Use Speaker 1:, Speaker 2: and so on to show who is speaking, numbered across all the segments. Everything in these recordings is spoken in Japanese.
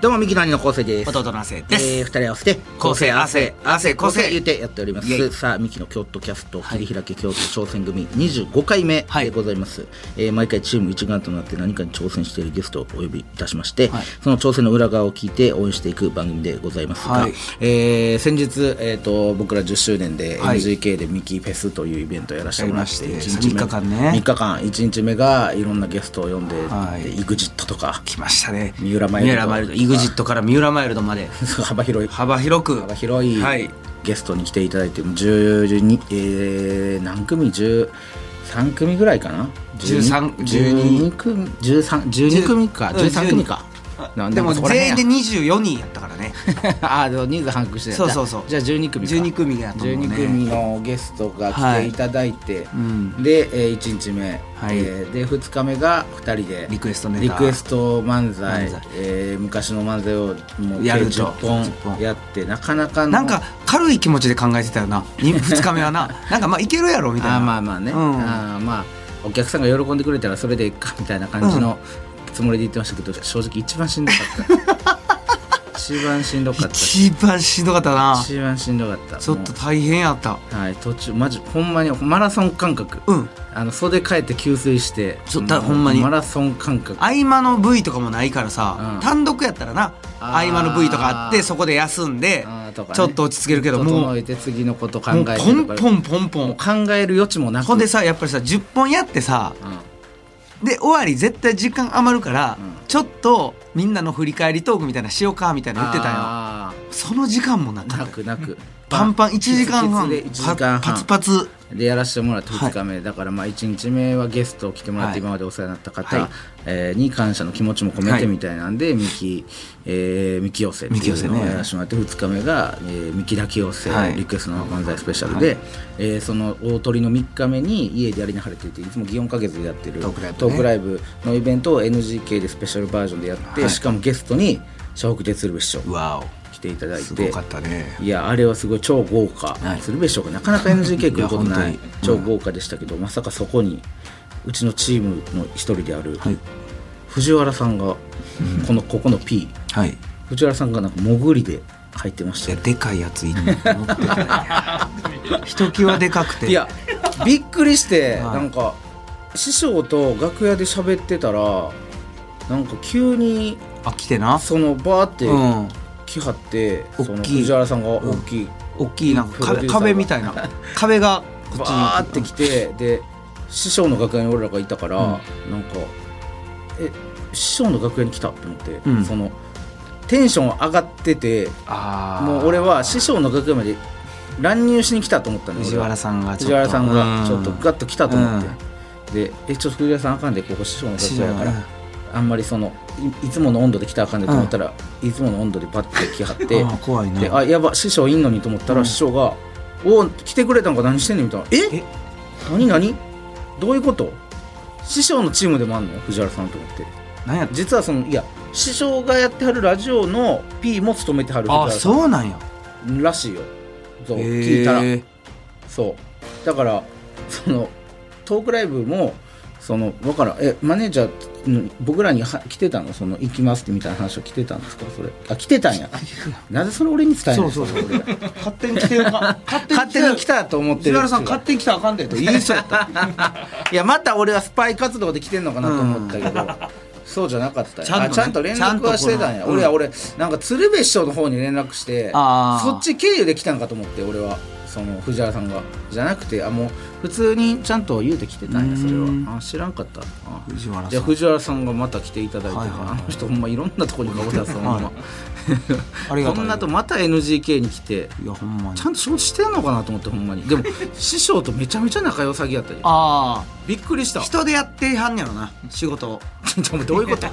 Speaker 1: どうもミキの兄の構成です
Speaker 2: 弟の亜生です、
Speaker 1: えー、二人合わせて
Speaker 2: 構成
Speaker 1: 汗
Speaker 2: 汗構成
Speaker 1: 言ってやっておりま
Speaker 2: イェ
Speaker 1: す
Speaker 2: イ
Speaker 1: さあミキの京都キャスト
Speaker 2: はい
Speaker 1: 切り開け京都挑戦組25回目
Speaker 2: はい
Speaker 1: でございます、えー毎回チーム一丸となって何かに挑戦しているゲストをお呼びいたしまして、
Speaker 2: はい
Speaker 1: その挑戦の裏側を聞いて応援していく番組でございますが、
Speaker 2: はい
Speaker 1: えー先日、えー、と僕ら10周年で
Speaker 2: はい
Speaker 1: NGK でミキフェスというイベントをやらせてもらって
Speaker 2: やりまして
Speaker 1: 一目
Speaker 2: 三日間ね
Speaker 1: 三日間1日目がいろんなゲストを呼んで、
Speaker 2: はい
Speaker 1: で EXIT とか
Speaker 2: 来ましたね
Speaker 1: 三浦マイルド
Speaker 2: 三浦マイルド EXIT から三浦マイルドまで
Speaker 1: 幅広い
Speaker 2: 幅広く
Speaker 1: 幅広い
Speaker 2: はい
Speaker 1: ゲストに来ていただいても12、えー、何組13組ぐらいかな
Speaker 2: 13
Speaker 1: 12組13 12組か
Speaker 2: うん
Speaker 1: 13組か
Speaker 2: あ
Speaker 1: なん
Speaker 2: でも
Speaker 1: なんかそこら
Speaker 2: 全員
Speaker 1: 辺
Speaker 2: で
Speaker 1: や
Speaker 2: 24人やったからね
Speaker 1: ああでも人数把握して
Speaker 2: そうそうそう
Speaker 1: じゃあ12組か
Speaker 2: 12組やと思うね
Speaker 1: 12組のゲストが来ていただいて、
Speaker 2: うん
Speaker 1: で、えー、1日目、
Speaker 2: はい
Speaker 1: えーで2日目が2人で
Speaker 2: リクエストネタ
Speaker 1: リクエスト漫才
Speaker 2: 漫才
Speaker 1: えー昔の漫才をもう計
Speaker 2: やると
Speaker 1: 10本
Speaker 2: 10本
Speaker 1: やってなかなかの
Speaker 2: なんか軽い気持ちで考えてたよな2日目は ななんかまあいけるやろみたいな
Speaker 1: あーまあまあね、
Speaker 2: うん
Speaker 1: あーまあお客さんが喜んでくれたらそれでいいかみたいな感じのつもりで言ってましたけど、正直一番しんどかった 一番しんどかったし
Speaker 2: 一番しんどかったな
Speaker 1: 一番しんどかった
Speaker 2: ちょっと大変やった
Speaker 1: もうはい途中マジほんまにマラソン感覚、
Speaker 2: うん
Speaker 1: あの袖帰って給水して
Speaker 2: ちょっと
Speaker 1: もう
Speaker 2: ほんまに
Speaker 1: マラソン感覚
Speaker 2: 合間の部位とかもないからさ、
Speaker 1: うん
Speaker 2: 単独やったらな
Speaker 1: あー
Speaker 2: 合間の部位とかあってそこで休んで、
Speaker 1: あーとかね
Speaker 2: ちょっと落ち着けるけども
Speaker 1: 整
Speaker 2: う
Speaker 1: えて次のこと考
Speaker 2: も
Speaker 1: え
Speaker 2: う
Speaker 1: て
Speaker 2: ポン
Speaker 1: とか
Speaker 2: ポンポンポ
Speaker 1: もう
Speaker 2: ン
Speaker 1: 考える余地もなく
Speaker 2: ほんでさやっぱりさ10本やってさ
Speaker 1: うん
Speaker 2: で終わり絶対時間余るから、
Speaker 1: うん
Speaker 2: ちょっとみんなの振り返りトークみたいなしようかみたいな言ってたよ
Speaker 1: あ
Speaker 2: その時間もな
Speaker 1: ー
Speaker 2: か
Speaker 1: な
Speaker 2: った
Speaker 1: くなく
Speaker 2: パンパン1時間半
Speaker 1: キツキツで1時間半
Speaker 2: パパツパツ
Speaker 1: でやらせてもらって
Speaker 2: はい
Speaker 1: 2日目、だからまあ1日目はゲストを来てもらって、
Speaker 2: はい
Speaker 1: 今までお世話になった方、
Speaker 2: はい
Speaker 1: えーに感謝の気持ちも込め
Speaker 2: は
Speaker 1: て
Speaker 2: い
Speaker 1: みたいなんで、ミキ、えー、ミキ寄せって
Speaker 2: ミキ寄
Speaker 1: い
Speaker 2: せ
Speaker 1: うの
Speaker 2: ね
Speaker 1: をやらせてもらって2日目が、えー、ミキだけ寄せ、
Speaker 2: はい
Speaker 1: リクエストの漫才スペシャルで、えーその大鳥の3日目に家でやりなはれてていつも祇園花月でやってる
Speaker 2: トークライブね
Speaker 1: トークライブのイベントを NGK でスペシャルバージョンでやっ
Speaker 2: は
Speaker 1: て、
Speaker 2: い
Speaker 1: しかもゲストに笑北哲郎師匠
Speaker 2: わ
Speaker 1: 来ていただ
Speaker 2: お
Speaker 1: いて。
Speaker 2: すごかったね
Speaker 1: いやあれはすごい超豪華、
Speaker 2: はい
Speaker 1: 鶴瓶師匠がなかなか NGK 来ることない
Speaker 2: いや本当
Speaker 1: 超
Speaker 2: に
Speaker 1: 豪華でしたけど、まさかそこにうちのチームの一人である、
Speaker 2: はい
Speaker 1: 藤原さんがこのここの P
Speaker 2: はいい
Speaker 1: 藤原さんがなんか潜りで入ってました
Speaker 2: や
Speaker 1: よ
Speaker 2: でかいやついんのって思 ってたねひときわでかくて
Speaker 1: いやびっくりして、
Speaker 2: はい
Speaker 1: なんか師匠と楽屋で喋ってたらなんか急に
Speaker 2: あ来てな
Speaker 1: そのバーって
Speaker 2: うん
Speaker 1: 来はって、
Speaker 2: 大きい
Speaker 1: その藤原さんが大きい、
Speaker 2: 大きいなんか
Speaker 1: プロ
Speaker 2: 壁
Speaker 1: デューサーが
Speaker 2: 壁みたい な壁がこっちに
Speaker 1: バーって来てで師匠の楽屋に俺らがいたから、なんか「え師匠の楽屋に来た?」って思って、
Speaker 2: うん
Speaker 1: そのテンション上がってて
Speaker 2: あー
Speaker 1: もう俺は師匠の楽屋まで乱入しに来たと思ったのよ
Speaker 2: 藤原さんがちょっと
Speaker 1: 藤原さんがちょっとガッと来たと思って、
Speaker 2: うん
Speaker 1: で「えちょっと藤原さんあかんでここ師匠の楽屋やから
Speaker 2: 師匠の」
Speaker 1: あんまりそのいいつもの温度で来たらあかんでと思ったら、いつもの温度でバッて来はって
Speaker 2: あー怖いな
Speaker 1: であやば師匠いんのにと思ったら、師匠が「おお来てくれたんか何してんねん」みたいな「え
Speaker 2: え
Speaker 1: 何何どういうこと師匠のチームでもあんの藤原さんと思って
Speaker 2: なんや
Speaker 1: 実はそのいや師匠がやってはるラジオの P も務めてはる藤
Speaker 2: あ
Speaker 1: 原さ
Speaker 2: そうなんや
Speaker 1: んらしいよそう聞いたら
Speaker 2: へー
Speaker 1: そうだからそのトークライブもそのわからんえマネージャーうん僕らには来てたのその行きますってみたいな話は来てたんですかそれあ来てたん やなぜそれ俺に伝えない
Speaker 2: そ
Speaker 1: の
Speaker 2: うそうそう
Speaker 1: 俺ら
Speaker 2: 勝手に来てよか勝
Speaker 1: 勝手に来たと思ってる
Speaker 2: 藤原さん勝手に来たらあかんでと言いそうやった
Speaker 1: いやまた俺はスパイ活動で来てんのかなと思ったけど、 そうじゃなかったよ
Speaker 2: ちゃんとね
Speaker 1: あちゃんと連絡はしてたん
Speaker 2: ちゃんと
Speaker 1: や
Speaker 2: この
Speaker 1: 俺は俺なんか鶴瓶師匠の方に連絡して
Speaker 2: あー
Speaker 1: そっち経由で来たんかと思って俺はその藤原さんがじゃなくてあもう普通にちゃんと言うて来てたんやそれ
Speaker 2: うん
Speaker 1: はあ知らんかったあ
Speaker 2: 藤原
Speaker 1: じ
Speaker 2: さ
Speaker 1: ゃあ
Speaker 2: ん
Speaker 1: 藤原さんがまた来ていただいて、
Speaker 2: はいはいはい
Speaker 1: あの人ほんまいろんなとこに顔出すほんま、
Speaker 2: はいありがたい
Speaker 1: こんなとまた NGK に来て
Speaker 2: いやほんまに
Speaker 1: ちゃんと仕事してんのかなと思ってほんまに でも師匠とめちゃめちゃ仲良さげやったり
Speaker 2: あ
Speaker 1: びっくりした
Speaker 2: あ人でやってはんねやろな仕事を
Speaker 1: ちょお前どういうこと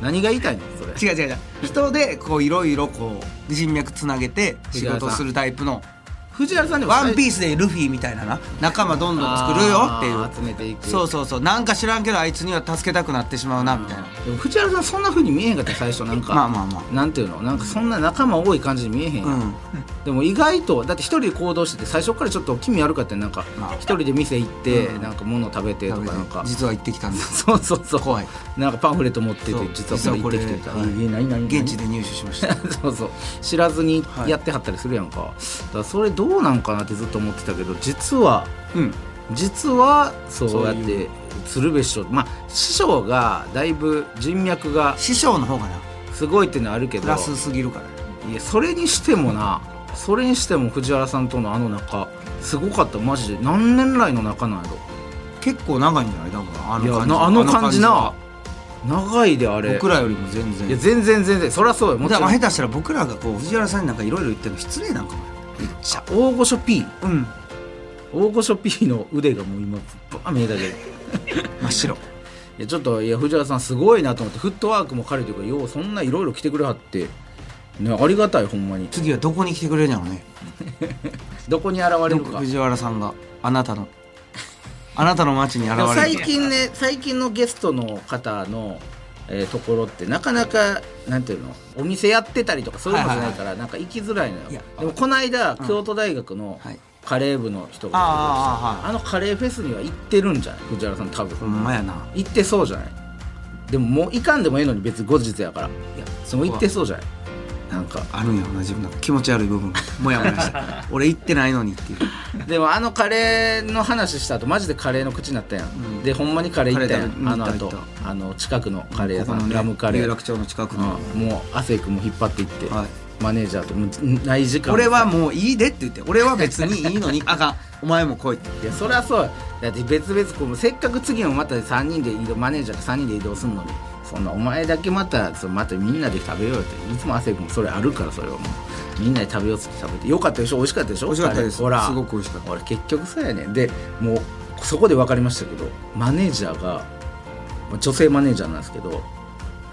Speaker 1: 何が言いたいのそれ
Speaker 2: 違う違う違う人でこういろいろこう人脈つなげて仕事するタイプの
Speaker 1: 藤原さんでも
Speaker 2: ワンピ
Speaker 1: ー
Speaker 2: ースでルフィみたいなな仲間どんどん作るよっていう
Speaker 3: あー集めていく
Speaker 2: そうそうそうなんか知らんけどあいつには助けたくなってしまうなみたいな
Speaker 1: でも藤原さんそんなふうに見えへんかった最初なんか
Speaker 2: まあまあま
Speaker 1: なんていうのなんかそんな仲間多い感じに見えへんやん、
Speaker 2: うん
Speaker 1: でも意外とだって一人で行動してて最初からちょっと気味悪かったよなんか
Speaker 2: まあ
Speaker 1: 一人で店行って、
Speaker 2: うん
Speaker 1: なんか物食べてとかなんか
Speaker 2: 実は行ってきたんです
Speaker 1: そうそうそう
Speaker 2: 怖い
Speaker 1: なんかパンフレット持ってて
Speaker 2: そう
Speaker 1: 実はこれ行ってきてみ
Speaker 2: 実はこ
Speaker 1: たいな
Speaker 2: れ
Speaker 1: え何何何
Speaker 2: 現地で入手しました
Speaker 1: そうそう知らずにやってはったりするやんか,、だからそれどうなんかなってずっと思ってたけど実は
Speaker 2: うん
Speaker 1: 実はそうやっ
Speaker 2: そうい
Speaker 1: て鶴瓶師匠まあ師匠がだいぶ人脈が
Speaker 2: 師匠の方がな
Speaker 1: すごいっていうのはあるけ
Speaker 2: プ
Speaker 1: ど
Speaker 2: ラスすぎるから
Speaker 1: いやそれにしてもなそれにしても藤原さんとのあの仲すごかったマジで何年来の仲なんやろ
Speaker 2: 結構長いんじゃないだからあ
Speaker 1: い
Speaker 2: の
Speaker 1: や
Speaker 2: 感じ
Speaker 1: なあの感じ
Speaker 2: は
Speaker 1: な長いであれ
Speaker 2: 僕らよりも全
Speaker 1: いや
Speaker 2: 然
Speaker 1: 全然全然そりゃそうよもち
Speaker 2: だか
Speaker 1: ろ
Speaker 2: ら
Speaker 1: ん
Speaker 2: 下手したら僕らがこう藤原さんになんかいろいろ言ってるの失礼なんかも
Speaker 1: 大御所 P
Speaker 2: うん
Speaker 1: 大御所 P の腕がもう今バーン見えたけど
Speaker 2: 真っ白
Speaker 1: いやちょっといや藤原さんすごいなと思ってフットワークも彼というかようそんないろいろ来てくれはって、ね、ありがたいほんまに
Speaker 2: 次はどこに来てくれるんやろうね
Speaker 1: どこに現れるか
Speaker 2: 藤原さんがあなたのあなたの街に現
Speaker 1: でも
Speaker 2: れ
Speaker 1: 最
Speaker 2: る
Speaker 1: 近ね最近のゲストの方の、えーところってなかなかなんていうのお店やってたりとかそういうのじゃないから、なんか行きづらいのよ
Speaker 2: いや
Speaker 1: でもこの間、京都大学の
Speaker 2: はい
Speaker 1: カレー部の人が来てくれてた
Speaker 2: あーあーあーはい
Speaker 1: あのカレーフェスには行ってるんじゃない藤原さん多分、
Speaker 2: ほんまやな
Speaker 1: 行ってそうじゃないでももう行かんでもええのに別に後日やから
Speaker 2: いや
Speaker 1: その行ってそうじゃないなんか
Speaker 2: あるんやろな自分の気持ち悪い部分もやもやして 俺行ってないのにっていう
Speaker 1: でもあのカレーの話した後マジでカレーの口になったやん、
Speaker 2: ん
Speaker 1: でほんまにカレー行ったや
Speaker 2: カレー食
Speaker 1: ん
Speaker 2: べ
Speaker 1: あの
Speaker 2: 行
Speaker 1: 後
Speaker 2: った行っ
Speaker 1: あの近くのカレー屋さ
Speaker 2: こ
Speaker 1: ん、
Speaker 2: このね
Speaker 1: ラムカレー
Speaker 2: 有楽町の近くの、
Speaker 1: うんもう亜生君も引っ張っていって、
Speaker 2: はい
Speaker 1: マネージャーともうない時間
Speaker 2: 俺はもういいでって言って俺は別にいいのにあかんお前も来いって
Speaker 1: いやそりゃそうよだって別々こうせっかく次もまた3人で移動マネージャーと3人で移動するのにそんなお前だけまたそのまたみんなで食べようよっていつも亜生君もそれあるからそれはもうみんなで食べようっつって食べてよかったでしょ美味しかったでしょ
Speaker 2: 美味しかったです
Speaker 1: あれほら
Speaker 2: すごく美味しかった
Speaker 1: 俺結局そうやねんでもうそこで分かりましたけどマネージャーがまあ女性マネージャーなんですけど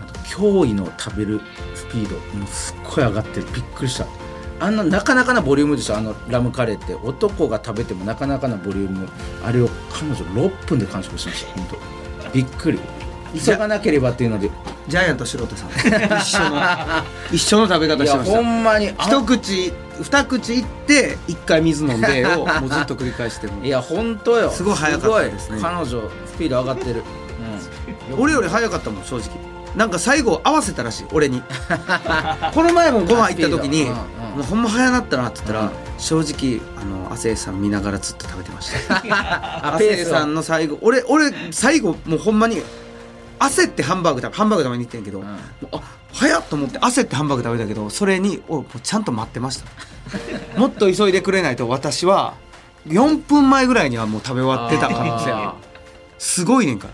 Speaker 1: あの驚異の食べるスピードもうすっごい上がってるびっくりしたあんななかなかなボリュームでしょあのラムカレーって男が食べてもなかなかなボリュームあれを彼女6分で完食しました本当びっくり急がなければっていうのでい
Speaker 2: ジャイアント白田さん一緒の 一緒の食べ方して
Speaker 1: や
Speaker 2: まし
Speaker 1: ほ
Speaker 2: た
Speaker 1: んまにあ
Speaker 2: 一口二口いって一回水飲んでをもうずっと繰り返しても
Speaker 1: いや本当よ
Speaker 2: すごい早かったですね
Speaker 1: ごい彼女スピード上がってる、
Speaker 2: 俺より早かったもん正直なんか最後合わせたらしい俺に この前もご飯行った時に、
Speaker 1: うんうん
Speaker 2: もうほんま早なったなって言ったら、
Speaker 1: うん
Speaker 2: 正直あの亜生さん見ながらずっと食べてました
Speaker 1: あ
Speaker 2: 亜
Speaker 1: ペー
Speaker 2: 生
Speaker 1: スは
Speaker 2: さんの最後俺俺最後もうほんまに焦ってハンバーグ食べハンバーグ食べに行ってんけど、
Speaker 1: ん
Speaker 2: もうあ早っと思って焦ってハンバーグ食べたけどそれにおもうちゃんと待ってました もっと急いでくれないと私は4分前ぐらいにはもう食べ終わってた可能性ある
Speaker 1: あー
Speaker 2: すごいねんから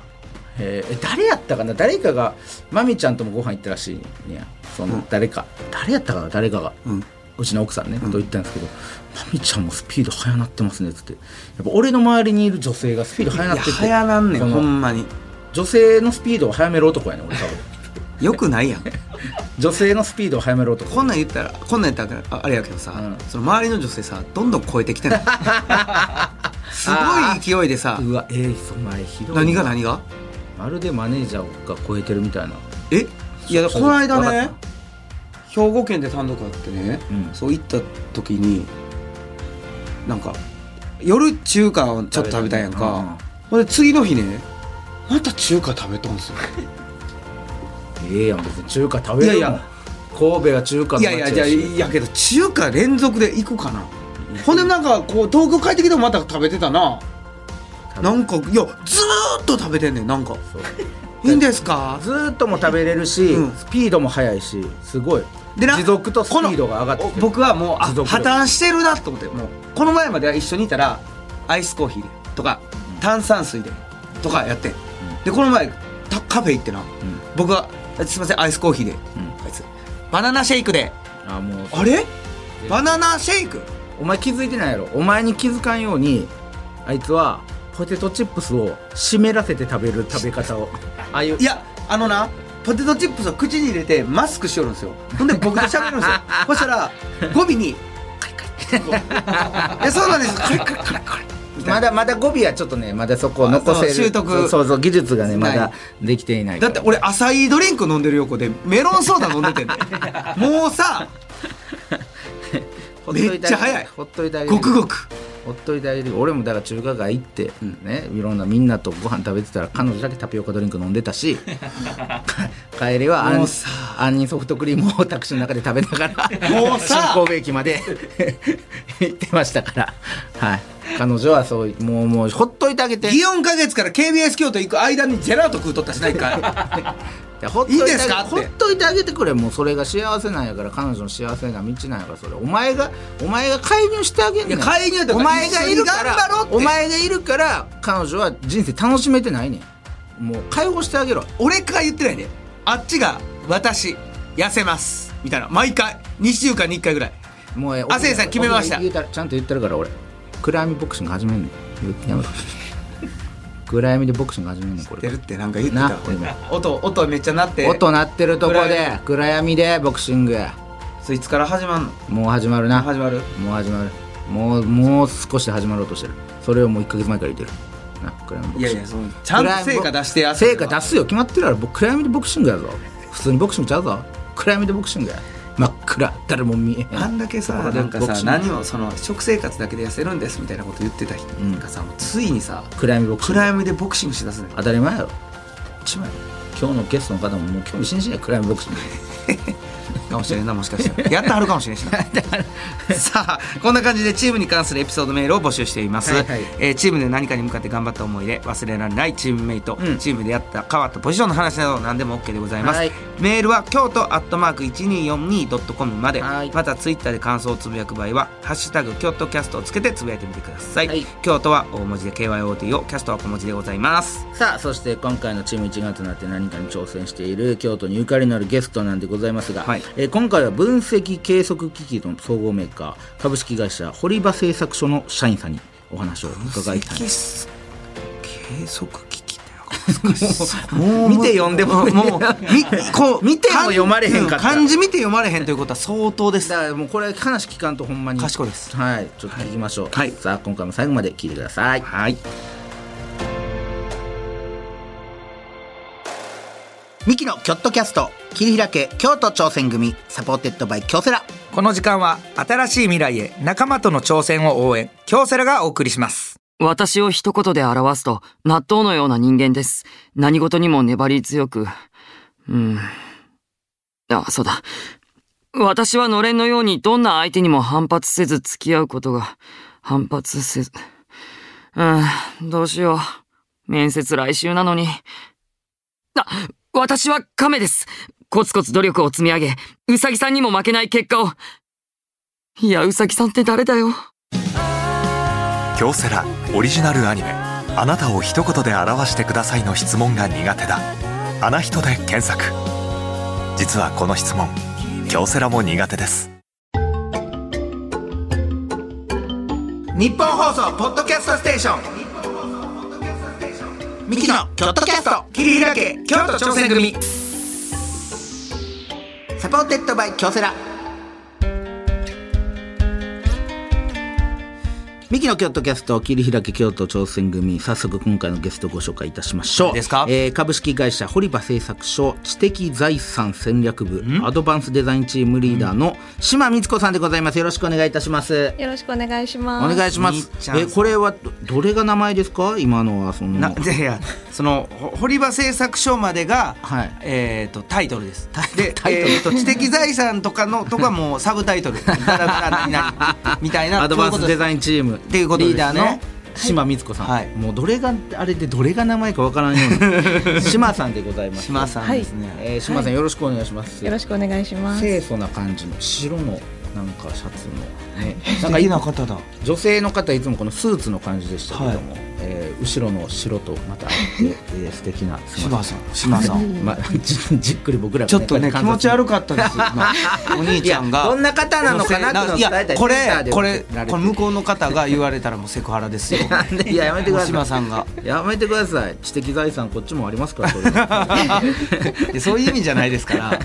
Speaker 1: えーえ誰やったかな誰かがマミちゃんともご飯行ったらしいねやその誰か、誰やったかな誰かが、う
Speaker 2: うん
Speaker 1: ちの奥さんね、と言ったんですけど「マミちゃんもスピード速なってますね」っつってやっぱ俺の周りにいる女性がスピード速なってて
Speaker 2: いや早なんね
Speaker 1: こ
Speaker 2: ん
Speaker 1: の
Speaker 2: ほんまに
Speaker 1: 女性のスピードを速める男やねん俺多分
Speaker 2: よくないや ん
Speaker 1: 女性のスピードを速める男
Speaker 2: こんなん言ったらこんなん言ったらああれやけどさ、
Speaker 1: うん
Speaker 2: その周りの女性さどんどん超えてきて ないすごい勢いでさ
Speaker 1: うわえー、そ前ひどい
Speaker 2: 何が何が
Speaker 1: まるでマネージャーが超えてるみたいな
Speaker 2: えいや
Speaker 1: そ
Speaker 2: この間
Speaker 1: わかっ
Speaker 2: ね兵庫県で単独あってね、
Speaker 1: うん
Speaker 2: そう行った時になんか夜中華をちょっと食べたんやんか、ほんで次の日ねまた中華食べとんすよ
Speaker 1: ええやん別に中華食べるもん
Speaker 2: いやいや
Speaker 1: 神戸は中華の
Speaker 2: いや
Speaker 1: 街
Speaker 2: いやじゃあ
Speaker 1: し
Speaker 2: いやけど中華連続で行くかなほんでなんかこう東京帰ってきてもまた食べてたななんかいやずーっと食べてんねんなんか
Speaker 1: そう
Speaker 2: いいんですか
Speaker 1: ずーっとも食べれるし、
Speaker 2: うん
Speaker 1: スピードも速いしすごい
Speaker 2: でな
Speaker 1: 持続とスピードが上がってき
Speaker 2: こ
Speaker 1: て
Speaker 2: の僕はもうあ
Speaker 1: 持続
Speaker 2: 破
Speaker 1: 力
Speaker 2: 綻してるなと思ってもうこの前までは一緒にいたらアイスコーヒーでとか炭酸水でとかやってんでこの前たカフェ行ってな、僕はあすいませんアイスコーヒーで、あいつバナナシェイクで
Speaker 1: あもう
Speaker 2: あれバナナシェイク
Speaker 1: お前気づいてないやろお前に気づかんようにあいつはポテトチップスを湿らせて食べる食べ方をああいう
Speaker 2: いやあのなポテトチップスを口に入れてマスクしよるんですよほんで僕と喋るんですよそしたら語尾に「カリカリいやそうなんですこれこれこれこれみたい
Speaker 1: ま
Speaker 2: な
Speaker 1: だまだ語尾はちょっとねまだそこを残せ
Speaker 2: あ
Speaker 1: る
Speaker 2: そう習得
Speaker 1: そうそうそう技術がねまだ
Speaker 2: な
Speaker 1: できていない
Speaker 2: だって俺浅いドリンク飲んでる横でメロンソーダ飲んでてんねもうさ
Speaker 1: ほといてあげる
Speaker 2: めっちゃ早い
Speaker 1: ほっといてあげる
Speaker 2: ごくごく
Speaker 1: ほっといてあげる俺もだから中華街行って、ねいろんなみんなとご飯食べてたら彼女だけタピオカドリンク飲んで たし帰りは
Speaker 2: も
Speaker 1: 杏
Speaker 2: うさ
Speaker 1: 杏仁ソフトクリームをタクシーの中で食べながら
Speaker 2: もうさ
Speaker 1: 新神戸駅まで 行ってましたからはい彼女はそういうもうもうほっといてあげて
Speaker 2: 祇園花月から KBS 京都行く間にジェラート食うとったしないか
Speaker 1: いやほっと
Speaker 2: いいん
Speaker 1: い
Speaker 2: で
Speaker 1: てあ
Speaker 2: す
Speaker 1: げ
Speaker 2: か
Speaker 1: ほ
Speaker 2: って
Speaker 1: っといてあげてくれもうそれが幸せなんやから彼女の幸せが道なんやからそれお前がお前が介入してあげんねん
Speaker 2: いや介入とか
Speaker 1: お前がいる
Speaker 2: 一
Speaker 1: から
Speaker 2: 緒に頑張ろうって
Speaker 1: お前がいるから彼女は人生楽しめてないねんもう解放してあげろ
Speaker 2: 俺から言ってないであっちが私痩せますみたいな毎回2週間に1回ぐらい
Speaker 1: もうええ
Speaker 2: 亜生さん決めました
Speaker 1: 俺が言うたらちゃんと言ってるから俺暗闇ボクシング始めんねん言ってや めろ暗闇でボクシング始めんねんこ
Speaker 2: 出
Speaker 1: れ
Speaker 2: るってなんか言ってた
Speaker 1: な
Speaker 2: 俺音音めっちゃ鳴って
Speaker 1: 音鳴ってるとこ
Speaker 2: 暗
Speaker 1: で
Speaker 2: 闇
Speaker 1: 暗闇でボクシング
Speaker 2: そいつから始まんの
Speaker 1: もう始まるな
Speaker 2: 始まる
Speaker 1: もう始まるもうもう少しで始まろうとしてるそれをもう1か月前から言ってるなクライムボク
Speaker 2: い
Speaker 1: シ
Speaker 2: やい
Speaker 1: ング
Speaker 2: やそのちゃんと成果出してや
Speaker 1: 成果出すよ決まってるやろ僕暗闇でボクシングやぞ普通にボクシングちゃうぞ暗闇でボクシングや真っ暗誰も見えへん
Speaker 2: あんだけ
Speaker 1: とこ
Speaker 2: さ
Speaker 1: ろで
Speaker 2: なんか
Speaker 1: ボクシ
Speaker 2: さ
Speaker 1: ング
Speaker 2: 何もその食生活だけで痩せるんですみたいなこと言ってた人
Speaker 1: ん
Speaker 2: がさ、もうついにさ
Speaker 1: 暗闇ボクシング
Speaker 2: 暗闇でボクシングしだ すね
Speaker 1: 当たり前やろ
Speaker 2: 一枚
Speaker 1: 今日のゲストの方ももう興味津々や暗闇ボクシング
Speaker 2: かもしれんなもしかしたらやってはるかもしれんしな さあこんな感じでチームに関するエピソードメールを募集しています、
Speaker 1: はいはい
Speaker 2: えーチームで何かに向かって頑張った思い出忘れられないチームメイト、
Speaker 1: うん
Speaker 2: チームでやった変わったポジションの話など何でも OK でございます、
Speaker 1: はい
Speaker 2: メールは京都アットマーク 1242.com まで、
Speaker 1: はい
Speaker 2: またツイッターで感想をつぶやく場合は「ハッシュタグ京都キャスト」をつけてつぶやいてみてください、
Speaker 1: はい
Speaker 2: 京都は大文字で KYOT をキャストは小文字でございます
Speaker 1: さあそして今回のチーム一丸となって何かに挑戦している京都にゆかりのあるゲストなんでございますが、
Speaker 2: はい
Speaker 1: えー今回は分析計測機器の総合メーカー株式会社堀場製作所の社員さんにお話を伺いたい
Speaker 2: 計測機器ってなんか難しそう
Speaker 1: もう
Speaker 2: 見て読んでももうみこう
Speaker 1: 見ても読まれへんかった
Speaker 2: 漢字見て読まれへんということは相当です
Speaker 1: だからもうこれ話聞かんとほんまに
Speaker 2: 賢いです
Speaker 1: はいちょっと聞きましょう、
Speaker 2: はい
Speaker 1: さあ今回も最後まで聞いてください
Speaker 2: はい
Speaker 1: ミキのキョットキャスト切り開け京都挑戦組サポーテッドバイ京セラ
Speaker 2: この時間は新しい未来へ仲間との挑戦を応援京セラがお送りします
Speaker 3: 私を一言で表すと、納豆のような人間です。何事にも粘り強く。うん。あ、そうだ。私はのれんのようにどんな相手にも反発せず付き合うことが、反発せず。うん、どうしよう。面接来週なのに。あ、私は亀です。コツコツ努力を積み上げ、うさぎさんにも負けない結果を。いや、うさぎさんって誰だよ。
Speaker 4: 京セラオリジナルアニメ「あなたを一言で表してください」の質問が苦手だ「あな人」で検索実はこの質問京セラも苦手です
Speaker 2: 日本放送ポッドキャストステーションミキのキョットキャスト切り開け京都挑戦組
Speaker 1: サポーテッドバイ京セラミキの京都キャスト切り開け京都挑戦組早速今回のゲストをご紹介いたしましょう
Speaker 2: ですか
Speaker 1: えー株式会社堀場製作所知的財産戦略部アドバンスデザインチームリーダーの島光子さんでございますよろしくお願いいたします
Speaker 5: よろしくお願いし
Speaker 1: お
Speaker 5: ます。
Speaker 1: 願いしま
Speaker 2: みっ
Speaker 1: す
Speaker 2: ちゃんさ
Speaker 1: え
Speaker 2: ん
Speaker 1: これはどどれが名前ですか今のはその
Speaker 2: ないやいやそのほ堀場製作所までが、
Speaker 1: はい
Speaker 2: えー、とタイトルですで
Speaker 1: タイトル
Speaker 2: えーと知的財産とかのとかは もうサブタイトルだらだら何々みたい な
Speaker 1: アドバンス
Speaker 2: イ
Speaker 1: デザインチームって
Speaker 2: いうことですね
Speaker 1: リーダーの島光子さん、
Speaker 2: はい
Speaker 1: もうどれがあれでどれが名前かわからんよう な島さんでございます
Speaker 2: 島さんですね、
Speaker 1: えー、島さん、よろしくお願いします
Speaker 5: よろしくお願いします。
Speaker 1: 清楚な感じの白のなんかシャツのね
Speaker 2: な
Speaker 1: な
Speaker 2: か
Speaker 1: んんか
Speaker 2: いい
Speaker 1: い
Speaker 2: な方だ
Speaker 1: 女性の方いつもこのスーツの感じでしたけども、えー後ろの白とまたあ って、えー、素敵な
Speaker 2: 島さん島さん
Speaker 1: まあ、じじっくり僕らが
Speaker 2: ちょっとね
Speaker 1: こ
Speaker 2: 気
Speaker 1: うや
Speaker 2: 持
Speaker 1: って
Speaker 2: ち
Speaker 1: 観察
Speaker 2: 悪かった です今お兄ちゃん
Speaker 1: い
Speaker 2: が
Speaker 1: やどんな方なのかなっていうのを
Speaker 2: い
Speaker 1: 伝えたい
Speaker 2: やこ
Speaker 1: ツイッター
Speaker 2: れ
Speaker 1: で
Speaker 2: これ
Speaker 1: 送られて
Speaker 2: これ向こうの方が言われたらもうセクハラですよ
Speaker 1: なんでいややめてください
Speaker 2: 島さんが
Speaker 1: やめてください 知的財産こっちもありますからそれ
Speaker 2: でそういう意味じゃないですから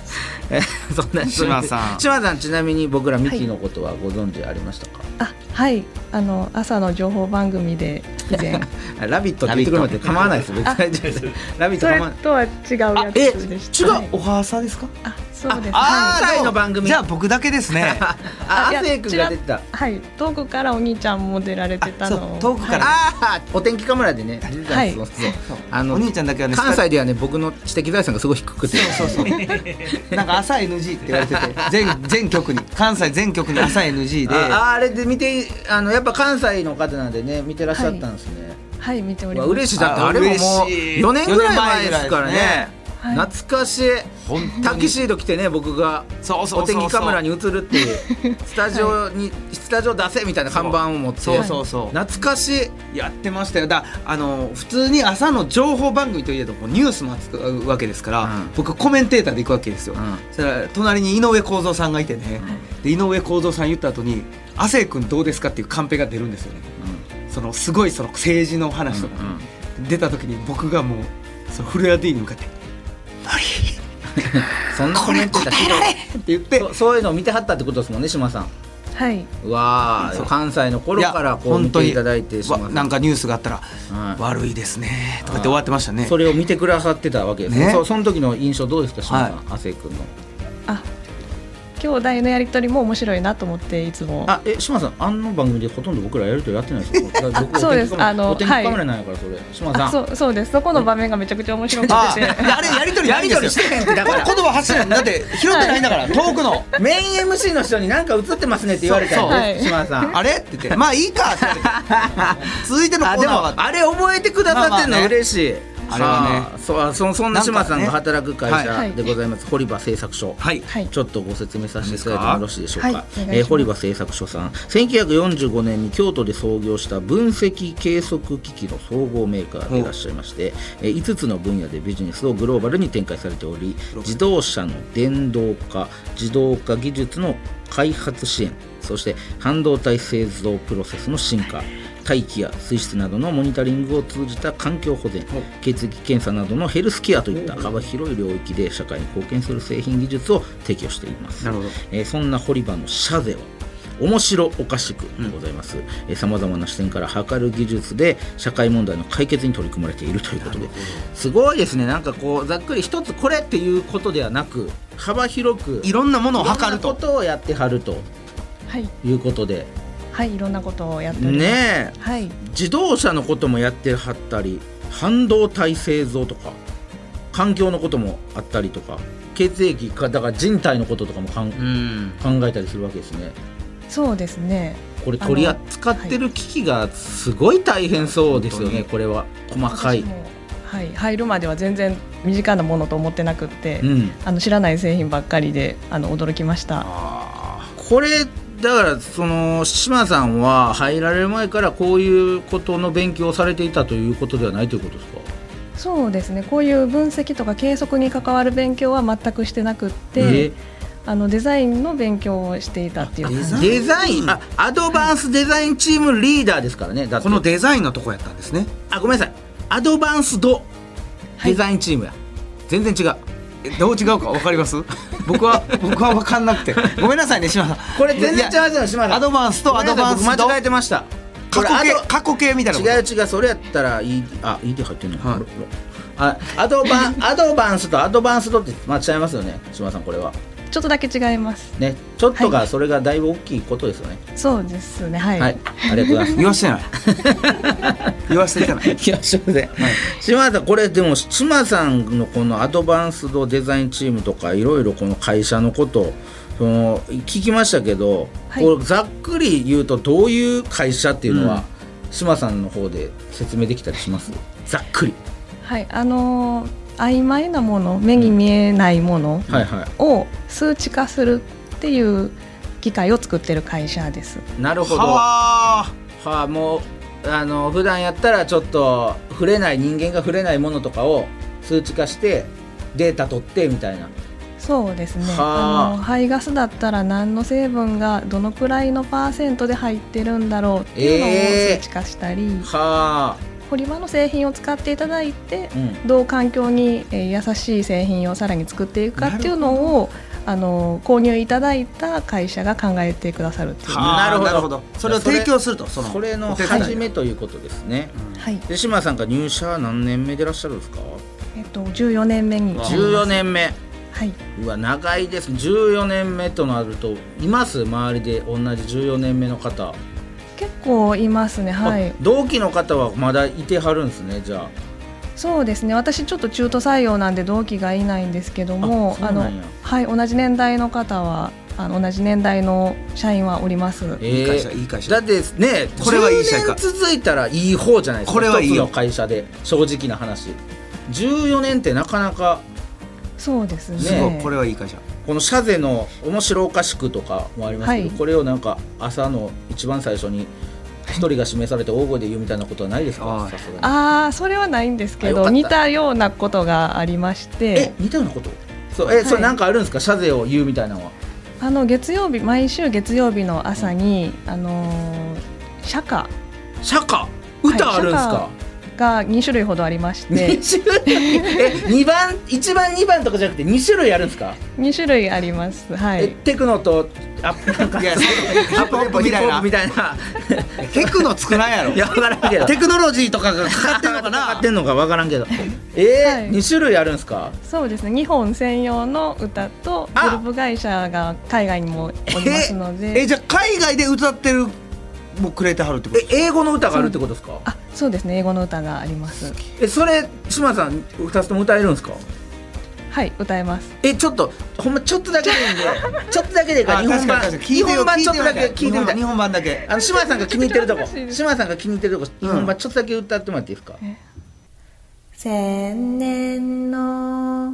Speaker 1: えそんな
Speaker 2: 島さん
Speaker 1: 島さんちなみに僕らミキのことはご存知ありましたか、
Speaker 5: あはいあの朝の情報番組で以前
Speaker 1: ラビットって言ってくるので構わないです別に
Speaker 5: あ
Speaker 1: 大丈夫 ですラビット
Speaker 5: そ
Speaker 1: 構
Speaker 5: れ
Speaker 1: わない
Speaker 5: とは違うや
Speaker 2: え
Speaker 5: つでした
Speaker 2: 違うおはさですか
Speaker 5: あそうです
Speaker 1: あ
Speaker 5: は
Speaker 1: ー
Speaker 2: ー
Speaker 1: はいの番組
Speaker 2: じゃあ僕だけですね
Speaker 1: あ
Speaker 5: あいや
Speaker 1: 亜生君が出てた
Speaker 5: いはい遠くからお兄ちゃんも出られてたの
Speaker 2: あ
Speaker 5: を
Speaker 2: そう遠くから
Speaker 1: ああお天気カメラでね
Speaker 5: はい
Speaker 1: そうそうあ
Speaker 2: お
Speaker 1: の
Speaker 2: 兄ちゃんだけはね
Speaker 1: 関西ではね僕の知的財産がすごい低くて
Speaker 2: そうそうそ うなんか朝 NG って言われてて全全局に関西全局に朝 NG で
Speaker 1: ああれで見てあのやっぱ関西の方なんでね見てらっしゃったんですね、
Speaker 5: はい見ており
Speaker 1: うわ
Speaker 5: ます
Speaker 1: 嬉しいだってあれももう
Speaker 2: 嬉しい
Speaker 1: 4年ぐらい前ですからね
Speaker 5: 四年前ぐらいですねはい
Speaker 1: 懐かしい
Speaker 2: 本当に
Speaker 1: タキシード着てね僕が
Speaker 2: そうそうそうそう
Speaker 1: お天気カメラに映るっていうスタジオに、スタジオ出せみたいな看板を持って
Speaker 2: そうそうそう
Speaker 1: 懐かしい
Speaker 2: やってましたよだあの普通に朝の情報番組といえどもニュースも扱うわけですから、
Speaker 1: うん
Speaker 2: 僕コメンテーターで行くわけですよ、
Speaker 1: うん
Speaker 2: そしたら隣に井上公造さんがいてね、で井上公造さん言った後に「亜生君どうですか?」っていうカンペが出るんですよね、そのすごいその政治の話とか、出た時に僕がもうそのフルアディに向かって「
Speaker 1: そんなコメントだけ
Speaker 2: って言って
Speaker 1: そうそういうのを見てはったってことですもんね島さん
Speaker 5: はい、
Speaker 1: うわ
Speaker 2: そ
Speaker 1: あ
Speaker 2: う
Speaker 1: 関西の頃からこう見ていただいて島
Speaker 2: わ
Speaker 1: さん
Speaker 2: なんかニュースがあったら
Speaker 1: は
Speaker 2: 「
Speaker 1: い
Speaker 2: 悪いですね」とかって終わってましたね
Speaker 1: それを見てくださってたわけですね
Speaker 2: ね
Speaker 1: そうその時の印象どうですか島さ
Speaker 2: は
Speaker 1: ん亜生君の
Speaker 5: あ兄弟のやり取りも面白いなと思っていつも
Speaker 1: あえ島さんあの番組でほとんど僕らやるとやってないですよ僕僕
Speaker 5: そうです
Speaker 1: お天気カメラ
Speaker 5: あの
Speaker 1: お天気
Speaker 5: はい
Speaker 1: カメラなんやからそれ島さ
Speaker 5: あ
Speaker 1: ん
Speaker 5: そうそうですそこの場面がめちゃくちゃ面白くて
Speaker 2: ああれやりとりないんですよ
Speaker 1: やりとりしてへんってだから
Speaker 2: 言葉発信なんだって拾ってないんだから遠くの
Speaker 1: メイン MC の人になんか映ってますねって言われたんで
Speaker 5: そう
Speaker 1: 島さん
Speaker 2: あれって言ってまあいいかって言って続いてのコー
Speaker 1: あで
Speaker 2: ナーは
Speaker 1: もあれ覚えてくださってるの嬉しい、
Speaker 2: まあまあねあれはね
Speaker 1: あそうあそそんな島さんが働く会
Speaker 2: なん
Speaker 5: か
Speaker 1: 社
Speaker 5: ね
Speaker 1: でございます、堀場製作所
Speaker 2: はい
Speaker 5: はい
Speaker 1: ちょっとご説明させていただいてもよろしいでしょうか、
Speaker 5: はいお願いします
Speaker 1: えー堀場製作所さん1945年に京都で創業した分析計測機器の総合メーカーでいらっしゃいまして、えー5つの分野でビジネスをグローバルに展開されており自動車の電動化自動化技術の開発支援そして半導体製造プロセスの進化大気や水質などのモニタリングを通じた環境保全血液検査などのヘルスケアといった幅広い領域で社会に貢献する製品技術を提供しています
Speaker 2: なるほど
Speaker 1: えーそんな堀場のシャゼは面白おかしくございますさまざまな視点から測る技術で社会問題の解決に取り組まれているということですごいですねなんかこうざっくり一つこれっていうことではなく幅広く
Speaker 2: いろんなものを測る
Speaker 1: いろん
Speaker 2: と
Speaker 1: なことをやってはると
Speaker 5: はい
Speaker 1: いうことで
Speaker 5: はいいろんなことをやっております
Speaker 1: ねえ
Speaker 5: はい
Speaker 1: 自動車のこともやってはったり半導体製造とか環境のこともあったりとか血液かだから人体のこととかもか
Speaker 2: う
Speaker 1: ん
Speaker 2: ん
Speaker 1: 考えたりするわけですね
Speaker 5: そうですね
Speaker 1: これ
Speaker 5: あの
Speaker 1: 取り扱ってる機器がすごい大変そうですよね、
Speaker 2: はい
Speaker 1: これは細かい
Speaker 5: 私、もはい入るまでは全然身近なものと思ってなくって、
Speaker 1: うん、
Speaker 5: あの知らない製品ばっかりであの驚きました
Speaker 1: これだからその島さんは入られる前からこういうことの勉強をされていたということではないということですか
Speaker 5: そうですねこういう分析とか計測に関わる勉強は全くしてなくって
Speaker 1: え
Speaker 5: あのデザインの勉強をしていたっていう感じ
Speaker 2: ザイン
Speaker 1: デザインあアドバンスデザインチームリーダーですからねだって
Speaker 2: このデザインのとこやったんですね
Speaker 1: あごめんなさいアドバンスド
Speaker 5: はい
Speaker 1: デザインチームや、全然違う
Speaker 2: えどう違うか分かります僕は僕は分かんなくてごめんなさいね島さん
Speaker 1: これ全然違うじゃん島さん
Speaker 2: アドバンスとアドバンス
Speaker 1: ごめんなさい僕
Speaker 2: と
Speaker 1: 間違えてました
Speaker 2: 過去
Speaker 1: これア
Speaker 2: 形
Speaker 1: ド
Speaker 2: 過去形みたいなこと
Speaker 1: 違う違うそれやったら ED あ ED 入ってんの、
Speaker 2: はい
Speaker 1: あアドバンアドバンスとアドバンスドって間違いますよね島さんこれは
Speaker 5: ちょっとだけ違います
Speaker 1: ねちょっと
Speaker 5: は
Speaker 1: がそれがだいぶ大きいことですよね
Speaker 5: そうですね
Speaker 1: はい、ありがとうご ざいます
Speaker 2: 言わしてない言わしていたない
Speaker 1: いやすいません、島さんこれでも島さんのこのアドバンスドデザインチームとかいろいろこの会社のことその聞きましたけど、
Speaker 5: はい
Speaker 1: こうざっくり言うとどういう会社っていうのは、島さんの方で説明できたりしますざっくり
Speaker 5: はい、あのー曖昧なもの目に見えないもの
Speaker 1: はいはい
Speaker 5: を数値化するっていう機械を作ってる会社です。
Speaker 1: なるほどは
Speaker 2: はあ
Speaker 1: あもうあの普段やったらちょっと触れない人間が触れないものとかを数値化してデータ取ってみたいな
Speaker 5: そうですね。
Speaker 1: はあ
Speaker 5: あの排ガスだったら何の成分がどのくらいのパーセントで入ってるんだろうっていうの
Speaker 1: えー
Speaker 5: を数値化したり、
Speaker 1: はあ
Speaker 5: ポリマーの製品を使っていただいて
Speaker 1: うん
Speaker 5: どう環境にえー優しい製品をさらに作っていくかっていうのをあの購入いただいた会社が考えてくださるっていう。は
Speaker 2: はあ
Speaker 1: なるほど
Speaker 2: なるほどそれを提供するとそ
Speaker 1: そ
Speaker 2: の
Speaker 1: れの
Speaker 2: お手伝い
Speaker 1: 初めということですね、
Speaker 5: い。
Speaker 1: で志村さんが入社何年目でいらっしゃるんですか
Speaker 5: えっと14年目に。
Speaker 2: わあ
Speaker 1: 14年目
Speaker 5: はい。
Speaker 1: うわ長いです14年目となるといます周りで同じ14年目の方、
Speaker 5: 結構いますね。はい
Speaker 1: あ。同期の方はまだいてはるんですねじゃあ
Speaker 5: そうですね。私ちょっと中途採用なんで同期がいないんですけども、
Speaker 1: あそう
Speaker 5: の
Speaker 1: なんや
Speaker 5: はい同じ年代の方はあの同じ年代の社員はおります。
Speaker 1: え
Speaker 2: いい会社いい会社
Speaker 1: だってね
Speaker 2: これはいい社会
Speaker 1: 10年続いたらいい方じゃないですか
Speaker 2: これはいい
Speaker 1: 一つの会社で正直な話14年ってなかなか
Speaker 5: そうですね。
Speaker 1: ね
Speaker 2: すごいこれはいい会社
Speaker 1: この社税の面白おかしくとかもありますけど、
Speaker 5: はい
Speaker 1: これをなんか朝の一番最初に一人が示されて大声で言うみたいなことはないです
Speaker 2: は
Speaker 1: か
Speaker 2: い
Speaker 1: さすがに
Speaker 5: ああそれはないんですけ
Speaker 1: あよか
Speaker 5: ど
Speaker 1: った
Speaker 5: 似たようなことがありまし
Speaker 1: え
Speaker 5: て
Speaker 1: 似たようなことそうえ、
Speaker 5: はい
Speaker 1: それなんかあるんですか社税を言うみたいなのは
Speaker 5: あの月曜日毎週月曜日の朝に、あのー社歌
Speaker 1: 社歌歌あるんですか、
Speaker 5: が2種類ほどありまして
Speaker 1: 2種類 え二番1番2番とかじゃなくて2種類あるんですか、
Speaker 5: 2種類ありますは
Speaker 1: え
Speaker 5: い
Speaker 1: テクノとアップなんか
Speaker 2: いや
Speaker 1: そう
Speaker 2: ヒップホップみたいな
Speaker 1: ヒップホップみたいな
Speaker 2: テクノ作らんやろ
Speaker 1: いや分からんけど
Speaker 2: テクノロジーとかがかかってんのか
Speaker 1: かか
Speaker 2: な
Speaker 1: ってんのか分からんけどえー
Speaker 5: はい
Speaker 1: 2種類あるんですか
Speaker 5: そうですね日本専用の歌とグル
Speaker 1: あ
Speaker 5: ープ会社が海外にもおりますの
Speaker 2: え
Speaker 5: で
Speaker 2: じゃあ海外で歌ってるもうくれてはるってこと
Speaker 1: え英語の歌があるってことですか
Speaker 5: あそうですね英語の歌があります
Speaker 1: えそれ島さん2つとも歌えるんですか
Speaker 5: はい歌えます
Speaker 1: えちょっとほんまちょっとだけでいいんで ちょっとだけでいいから
Speaker 2: あ
Speaker 1: 日本
Speaker 2: 確かに
Speaker 1: 版
Speaker 2: 確かに聞い
Speaker 1: 日
Speaker 2: てよ
Speaker 1: 本版ちょっとだけ聞いてみた
Speaker 2: 日
Speaker 1: い
Speaker 2: 本版だけ
Speaker 1: あの島さんが気に入ってると こ
Speaker 5: ちょっと恥ずかしいです
Speaker 1: 島さんが気に入ってるとこ日本版ちょっとだけ歌ってもらっていいですか
Speaker 6: 千年の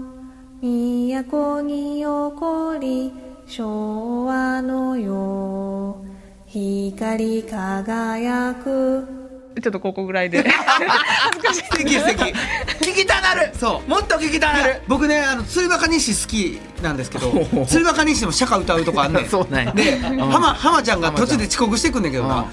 Speaker 6: 都に起こり昭和のよう光り輝く
Speaker 5: ちょっとここぐらいで
Speaker 2: 素敵素敵
Speaker 1: 聞きたなる
Speaker 2: そう
Speaker 1: もっと聞きた
Speaker 2: い
Speaker 1: な
Speaker 2: や
Speaker 1: る
Speaker 2: 僕ねあの釣りバカ西好きなんですけ ど
Speaker 1: おお
Speaker 2: 釣りバカ西でも釈迦歌うとこあんねん
Speaker 1: そうなんや
Speaker 2: で
Speaker 1: うん
Speaker 2: 浜浜ちゃんが途中で遅刻してくんねんけどな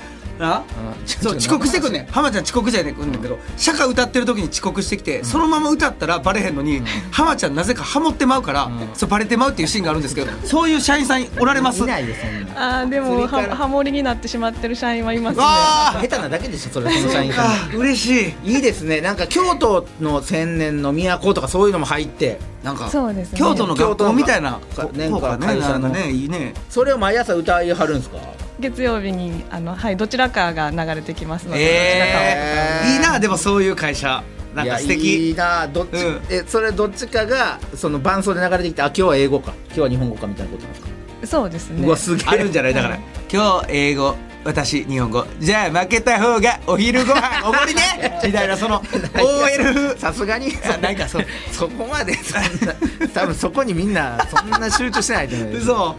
Speaker 2: な
Speaker 1: うん
Speaker 2: そう遅刻してくんねん浜ちゃん遅刻じゃねくんねんけど釈迦歌ってる時に遅刻してきてそのまま歌ったらバレへんのに浜ちゃんなぜかハモってまうからそうバレてまうっていうシーンがあるんですけどそういう社員さんおられます
Speaker 1: いないでそんな
Speaker 5: あーでもはハモリになってしまってる社員はいますね
Speaker 2: わ
Speaker 1: 下手なだけでしょそれその社員さん
Speaker 2: あ嬉しい
Speaker 1: いいですねなんか京都の千年の都とかそういうのも入って
Speaker 2: なんか
Speaker 5: そうですね
Speaker 2: 京都の学校みたいな
Speaker 1: 京都の学校
Speaker 2: 校がね
Speaker 1: 会社
Speaker 2: な
Speaker 1: の
Speaker 2: んかねいいね
Speaker 1: それを毎朝歌いはるんですか
Speaker 5: 月曜日にあの、はい、どちらかが流れてきますので、
Speaker 2: えーいいなでもそういう会社なんか素
Speaker 1: いやい
Speaker 2: 敵
Speaker 1: いなどっち、
Speaker 2: うん
Speaker 1: えそれどっちかがその伴奏で流れてきてあ今日は英語か今日は日本語かみたいなことなんですか、
Speaker 5: どちらかをそうですね
Speaker 1: うわすげえ
Speaker 2: あるんじゃないだから
Speaker 5: はい
Speaker 2: 今日英語私日本語じゃあ負けた方がお昼ご飯おごり ねみたいなその OL 風
Speaker 1: さすがに
Speaker 2: あなんかそう
Speaker 1: そこまでそんな多分そこにみんなそんな集中してないと思 う
Speaker 2: 嘘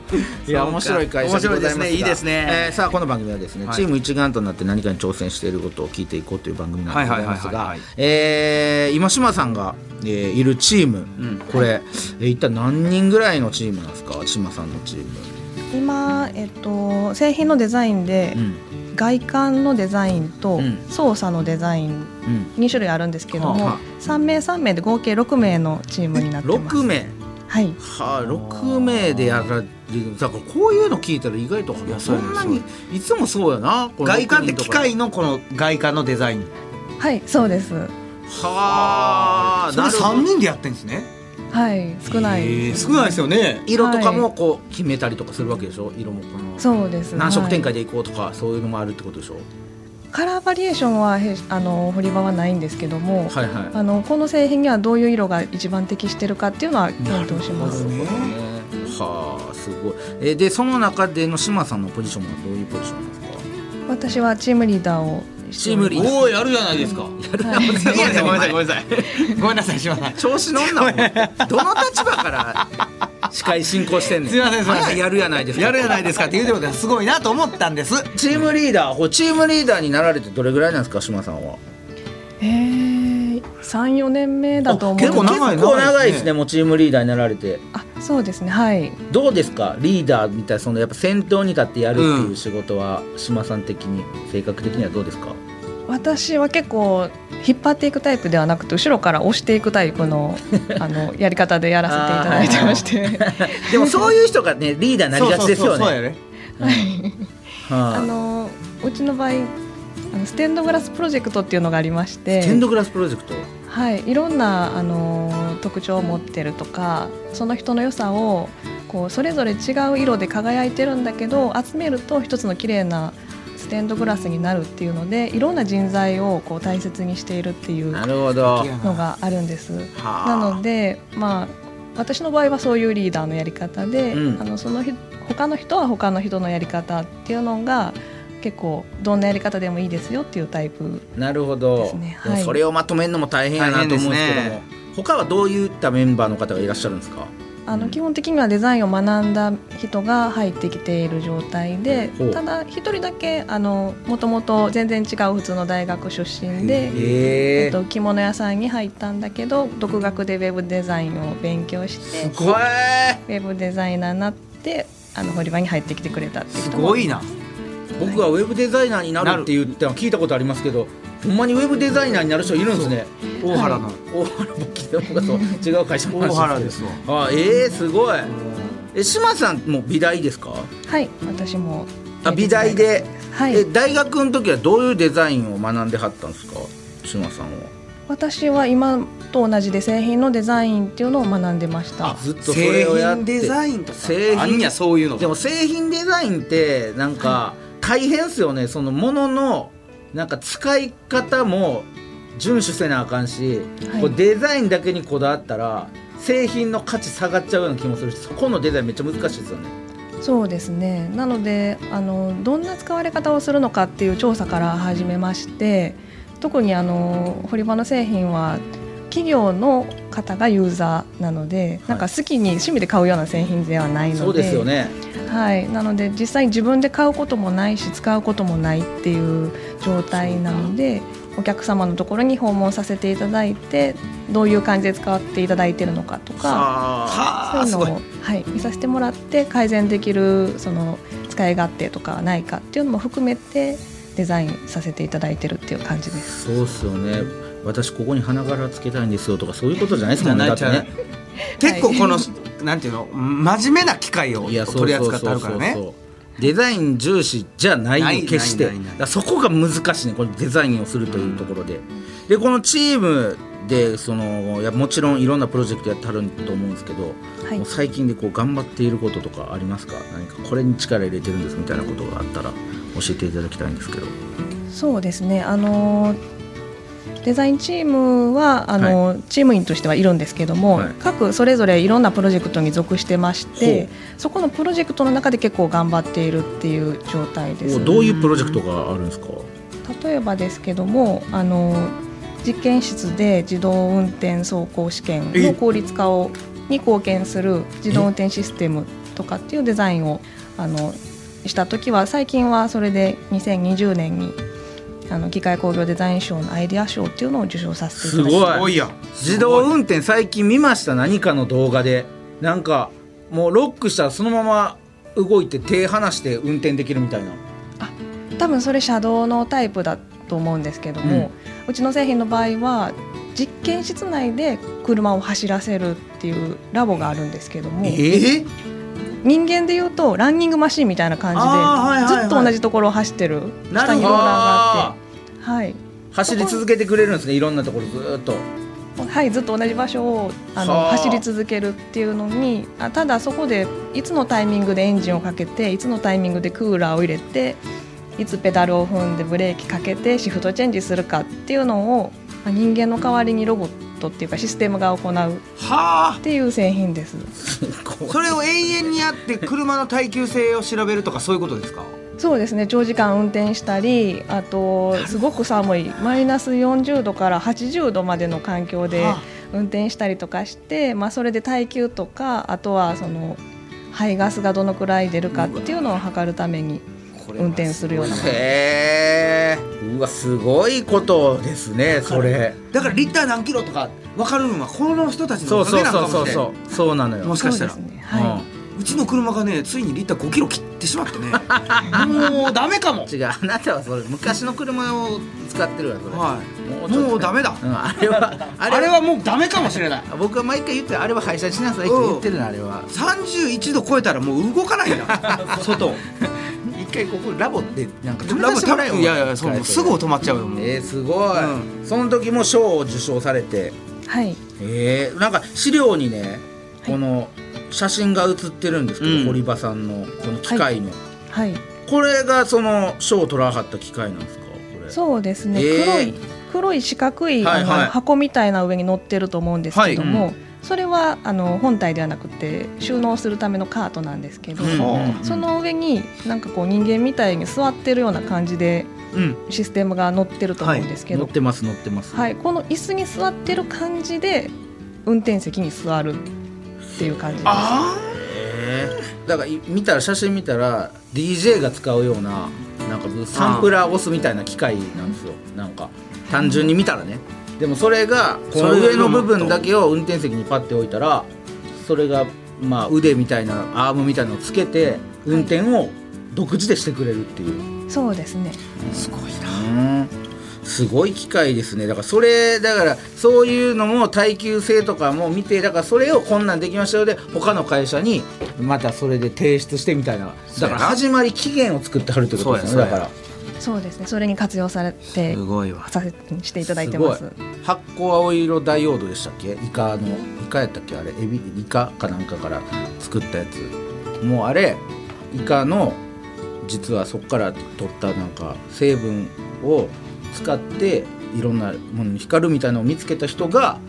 Speaker 1: い
Speaker 2: そ
Speaker 1: や
Speaker 2: うか
Speaker 1: 面白い会社でご
Speaker 2: 面白い
Speaker 1: ざいますが
Speaker 2: ですねいいですね
Speaker 1: えーさあこの番組はですね、
Speaker 2: はい
Speaker 1: チーム一丸となって何かに挑戦していることを聞いていこうという番組なんでございます
Speaker 2: はいはい
Speaker 1: が
Speaker 2: はいはいはい
Speaker 1: えー今島さんが、えーいるチーム、
Speaker 2: ん
Speaker 1: これ、えー一体何人ぐらいのチームなんですか島さんのチーム、
Speaker 5: 今、えっと、製品のデザインで、
Speaker 1: うん
Speaker 5: 外観のデザインと
Speaker 1: うん
Speaker 5: 操作のデザイン
Speaker 1: うん、
Speaker 5: 2種類あるんですけど
Speaker 1: はあ
Speaker 5: も、
Speaker 1: はあ
Speaker 5: 3名3名で合計6名のチームになってます
Speaker 1: 6名
Speaker 5: はい
Speaker 1: はあ、6名でやられるだからこういうの聞いたら意外と
Speaker 2: や
Speaker 1: そ
Speaker 2: そうん
Speaker 1: な
Speaker 2: そう
Speaker 1: にいつもそうやなこの
Speaker 2: 外観って
Speaker 1: 6人
Speaker 2: 機
Speaker 1: とか
Speaker 2: 械のこの外観のデザイン
Speaker 5: はいそうです
Speaker 1: はあ
Speaker 2: それ
Speaker 1: なるほど
Speaker 2: 3人でやってんですね
Speaker 5: はい少ない
Speaker 2: え
Speaker 5: で
Speaker 2: ー
Speaker 5: す
Speaker 2: 少ないですよね
Speaker 1: 色とかもこう決めたりとかするわけでしょ色もこの
Speaker 5: そうです
Speaker 1: 何色展
Speaker 5: は
Speaker 1: 開でいこうとかそういうのもあるってことでしょ
Speaker 5: いカラーバリエーションはへあの振り場はないんですけども、
Speaker 1: はいはい
Speaker 5: あのこの製品にはどういう色が一番適してるかっていうのは検討します
Speaker 1: はあすごいえでその中での島さんのポジションはどういうポジションなんですか
Speaker 5: 私はチームリーダーをしており
Speaker 1: チームリー
Speaker 5: ます
Speaker 1: ダー
Speaker 2: おおやるじゃないですか
Speaker 5: はい
Speaker 2: いやいやごめんなさいごめんなさいごめんなさいしません
Speaker 1: 調子乗んなもんどの立場から司会進行してんねん
Speaker 2: すいませんすいません
Speaker 1: まだやるやないですか
Speaker 2: やるやないですかって言うてことはすごいなと思ったんです
Speaker 1: チームリーダー、こうチームリーダーになられてどれぐらいなんですか、島さんは。
Speaker 5: えー、34年目だと思う
Speaker 2: 結構長い
Speaker 1: 結構長い
Speaker 2: 長い
Speaker 1: で
Speaker 2: ですす
Speaker 1: ね、
Speaker 2: ね
Speaker 1: もうチームリーダーになられて。
Speaker 5: あそうですねはい
Speaker 1: どうですか、リーダーみたいな、そのやっぱ先頭に立ってやるっていううん仕事は、島さん的に、性格的にはどうですか。
Speaker 5: 私は結構引っ張っていくタイプではなくて後ろから押していくタイ プのあのやり方でやらせていただいてまして
Speaker 1: でもそういう人がねリーダーになりがちです
Speaker 2: そ
Speaker 1: よ
Speaker 2: うそうそうそうや
Speaker 1: ね
Speaker 2: ね
Speaker 1: は
Speaker 5: あ
Speaker 1: い
Speaker 5: のうちの場合あのステンドグラスプロジェクトっていうのがありまして
Speaker 1: ステンドグラスプロジェクト
Speaker 5: はい、いろんなあの特徴を持ってるとかその人の良さをこうそれぞれ違う色で輝いてるんだけど集めると一つの綺麗なステンドグラスになるっていうのでいろんな人材をこう大切にしているっていう
Speaker 1: なるほど
Speaker 5: のがあるんです。
Speaker 1: は
Speaker 5: なので、まあ、私の場合はそういうリーダーのやり方で、
Speaker 1: うん
Speaker 5: あのその日他の人は他の人のやり方っていうのが結構どんなやり方でもいいですよっていうタイプ
Speaker 1: なるほど
Speaker 5: ですね
Speaker 1: でも
Speaker 5: はい
Speaker 1: それをまとめるのも大変やなと思うんですけども
Speaker 2: 大変ですね
Speaker 1: 他はどういったメンバーの方がいらっしゃるんですか
Speaker 5: あ
Speaker 1: う
Speaker 5: の
Speaker 1: ん
Speaker 5: 基本的にはデザインを学んだ人が入ってきている状態で
Speaker 1: ほう
Speaker 5: ただ一人だけあのもともと全然違う普通の大学出身で、え
Speaker 1: え
Speaker 5: っと、着物屋さんに入ったんだけど独学でウェブデザインを勉強して
Speaker 1: すごい
Speaker 5: ウェブデザイナーになってあの堀場に入ってきてくれたっていう
Speaker 2: す
Speaker 5: 人も
Speaker 2: ごいな
Speaker 1: 僕はウェブデザイナーになるって言ってのは聞いたことありますけどほんまにウェブデザイナーになる人いるんですね
Speaker 2: 大原の
Speaker 1: 大原僕聞いた僕はそう 違う会社の話
Speaker 2: 大原ですわ
Speaker 1: あえー、すごいえ島さんも美大ですか
Speaker 5: はい私も
Speaker 1: あ美大で、
Speaker 5: はい
Speaker 1: え大学の時はどういうデザインを学んではったんですか島さんは
Speaker 5: 私は今と同じで製品のデザインっていうのを学んでました
Speaker 1: ずっとそ
Speaker 2: 製
Speaker 1: れをやっ
Speaker 2: 品
Speaker 1: て
Speaker 2: デザインとか
Speaker 1: 製品
Speaker 2: あんやそういうの
Speaker 1: でも製品デザインってなんか大変っすよねそのもののなんか使い方も遵守せなあかんし、
Speaker 5: はい
Speaker 1: こうデザインだけにこだわったら製品の価値下がっちゃうような気もするしそこのデザインめっちゃ難しいですよね
Speaker 5: そうですねなのであのどんな使われ方をするのかっていう調査から始めまして特にあの堀場の製品は企業の方がユーザーなので、なんか好きに趣味で買うような製品ではないので
Speaker 1: そうですよね
Speaker 5: はい、なので実際に自分で買うこともないし使うこともないっていう状態なのでお客様のところに訪問させていただいてどういう感じで使っていただいてるのかとかそう
Speaker 2: はあ
Speaker 5: いう
Speaker 2: す
Speaker 5: の
Speaker 2: ごい
Speaker 5: を、はい、見させてもらって改善できるその使い勝手とかないかっていうのも含めてデザインさせていただいてるっていう感じです。
Speaker 1: そうっすよね私ここに花柄つけたいんですよとかそういうことじゃないですもんね
Speaker 2: じ
Speaker 1: だ
Speaker 2: ゃ
Speaker 1: って
Speaker 2: ない
Speaker 1: ね
Speaker 2: 結構このなんていうの真面目な機械を
Speaker 1: いやそう
Speaker 2: 取り
Speaker 1: そう
Speaker 2: 扱
Speaker 1: そう
Speaker 2: ってあ
Speaker 1: そう
Speaker 2: るからね
Speaker 1: そうデザイン重視じゃない
Speaker 2: ない
Speaker 1: の決して
Speaker 2: ないないない
Speaker 1: だからそこが難しいねこのデザインをするというところで、でこのチームでそのいやもちろんいろんなプロジェクトやってはると思うんですけど、
Speaker 5: はい
Speaker 1: もう最近でこう頑張っていることとかありますか何かこれに力入れてるんですみたいなことがあったら教えていただきたいんですけど
Speaker 5: そうですねあのデザインチームはあの、チーム員としてはいるんですけども、
Speaker 1: はい
Speaker 5: 各それぞれいろんなプロジェクトに属してましてそこのプロジェクトの中で結構頑張っているっていう状態です
Speaker 1: おどういうプロジェクトがあるんですか
Speaker 5: 例えばですけどもあの実験室で自動運転走行試験の効率化をに貢献する自動運転システムとかっていうデザインをあのした時は最近はそれで2020年にあの機械工業デザイン賞のアイデア賞っていうのを受賞させていただき
Speaker 1: す
Speaker 5: ま
Speaker 1: ごい
Speaker 2: すごいや
Speaker 1: 自動運転最近見ました何かの動画でなんかもうロックしたらそのまま動いて手離して運転できるみたいな
Speaker 5: す多分それ車道のタイプだと思うんですけども、うちの製品の場合は実験室内で車を走らせるっていうラボがあるんですけども。
Speaker 1: え
Speaker 5: 人間で言うとランニングマシーンみたいな感じで、
Speaker 1: あーはいはいはい
Speaker 5: ずっと同じところを走ってる
Speaker 1: な
Speaker 5: 下
Speaker 1: る
Speaker 5: に
Speaker 1: ほ
Speaker 5: ロー
Speaker 1: ど
Speaker 5: ラーがあって、はい
Speaker 1: 走り続けてくれるんですねいろんなところずーっと
Speaker 5: はい、ずっと同じ場所をあの
Speaker 1: はあ
Speaker 5: 走り続けるっていうのにあただそこでいつのタイミングでエンジンをかけていつのタイミングでクーラーを入れていつペダルを踏んでブレーキかけてシフトチェンジするかっていうのをまあ人間の代わりにロボットっていうかシステムが行うっ
Speaker 2: はあ
Speaker 5: ていう製品です。
Speaker 2: それを永遠にやって車の耐久性を調べるとかそういうことですか
Speaker 5: そうですね長時間運転したりあとすごく寒いマイナス40度から80度までの環境で
Speaker 2: はあ
Speaker 5: 運転したりとかして、まあ、それで耐久とかあとはその排ガスがどのくらい出るかっていうのを測るために運転するような
Speaker 1: へえうわすごいことですねそれ
Speaker 2: だからリッター何キロとか分かるのはこの人たちの
Speaker 1: そ
Speaker 2: お
Speaker 1: う
Speaker 2: かげ
Speaker 1: そう
Speaker 2: なのか
Speaker 1: そ
Speaker 2: も
Speaker 1: うそう
Speaker 2: しれ
Speaker 1: そうそうなのよ
Speaker 2: もしかしたら
Speaker 5: そうですねはい、
Speaker 1: うん
Speaker 2: うちの車がねついにリッター5キロ切ってしまって ねもうダメかも
Speaker 1: 違うあなたはそれ昔の車を使ってるわそれ、
Speaker 2: はい
Speaker 1: もちょっとね
Speaker 2: もうダメだ
Speaker 1: うんあれは
Speaker 2: あれはもうダメかもしれない
Speaker 1: 僕は毎回言ってるあれは廃車しなさいって言ってるのあれは
Speaker 2: 31度超えたらもう動かないん だ外
Speaker 1: 一回ここラボでなんか
Speaker 2: ラブタブいやいやそうもうすぐ
Speaker 1: 音
Speaker 2: 止まっちゃうよもう
Speaker 1: えー、すごい、
Speaker 2: う
Speaker 1: その時も賞を受賞されて
Speaker 5: はい
Speaker 1: えー、なんか資料にねこの写真が写ってるんですけど、
Speaker 2: うん
Speaker 1: 堀場さんのこの機械の、
Speaker 5: はい
Speaker 1: これがその賞を取らはった機械なんですかこれ
Speaker 5: そうですね、
Speaker 1: えー
Speaker 5: 黒い黒い四角い、
Speaker 1: はいはい
Speaker 5: あの箱みたいな上に乗ってると思うんですけども、それはあの本体ではなくて収納するためのカートなんですけど、
Speaker 1: うんうん
Speaker 5: その上になんかこう人間みたいに座ってるような感じで
Speaker 2: うん
Speaker 5: システムが乗ってると思うんですけ
Speaker 1: 乗
Speaker 5: ど、
Speaker 1: っ
Speaker 5: はい
Speaker 1: てます乗ってます、
Speaker 5: この椅子に座ってる感じで運転席に座るっていう感じです。
Speaker 2: あ
Speaker 1: えーだからい見たら写真見たら DJ が使うようななんかサンプラー押すみたいな機械なんですよなんか単純に見たらねでもそれがこの上の部分だけを運転席にパッて置いたらそれがまあ腕みたいなアームみたいなのをつけて運転を独自でしてくれるっていう、
Speaker 5: そうですね
Speaker 2: あすごいな
Speaker 1: すごい機械ですねだからそれだからそういうのも耐久性とかも見てだからそれをこんなんできましたよで他の会社にまたそれで提出してみたいなだから始まり期限を作ってはるってことです
Speaker 2: そう
Speaker 1: ね
Speaker 2: や
Speaker 1: だから
Speaker 5: そうですねそれに活用されて
Speaker 2: ごいわ
Speaker 5: させしていただいてます
Speaker 1: ごい発光青色ダイオードでしたっけイカのイカやったっけあれエビイカかなんかから作ったやつもうあれイカの実はそこから取ったなんか成分を使っていろんなものに光るみたいなのを見つけた人が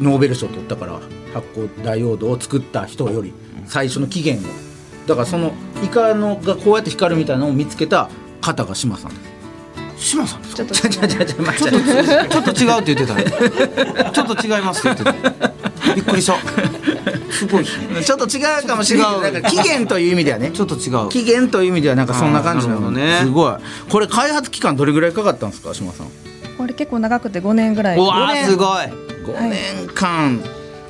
Speaker 1: ノーベル賞を取ったから発光ダイオードを作った人より最初の起源をだからそのイカのがこうやって光るみたいなのを見つけた方が島さんです
Speaker 2: 志麻さんです
Speaker 5: ち
Speaker 2: か
Speaker 5: ょっと
Speaker 1: ちょちょちょちょ
Speaker 2: ちょっとちょっと違うって言ってたよちょっと違いますって言ってたびっく りしたすごい
Speaker 1: ちょっと違うかもしれないけどなんか期限という意味ではね
Speaker 2: ちょっと違う
Speaker 1: 期限という意味ではなんかそんな感じな
Speaker 2: あー
Speaker 1: の
Speaker 2: なるほどね
Speaker 1: すごいこれ開発期間どれぐらいかかったんですか島さん
Speaker 5: これ結構長くて5年ぐらいう
Speaker 2: わーすごい
Speaker 1: 5年間、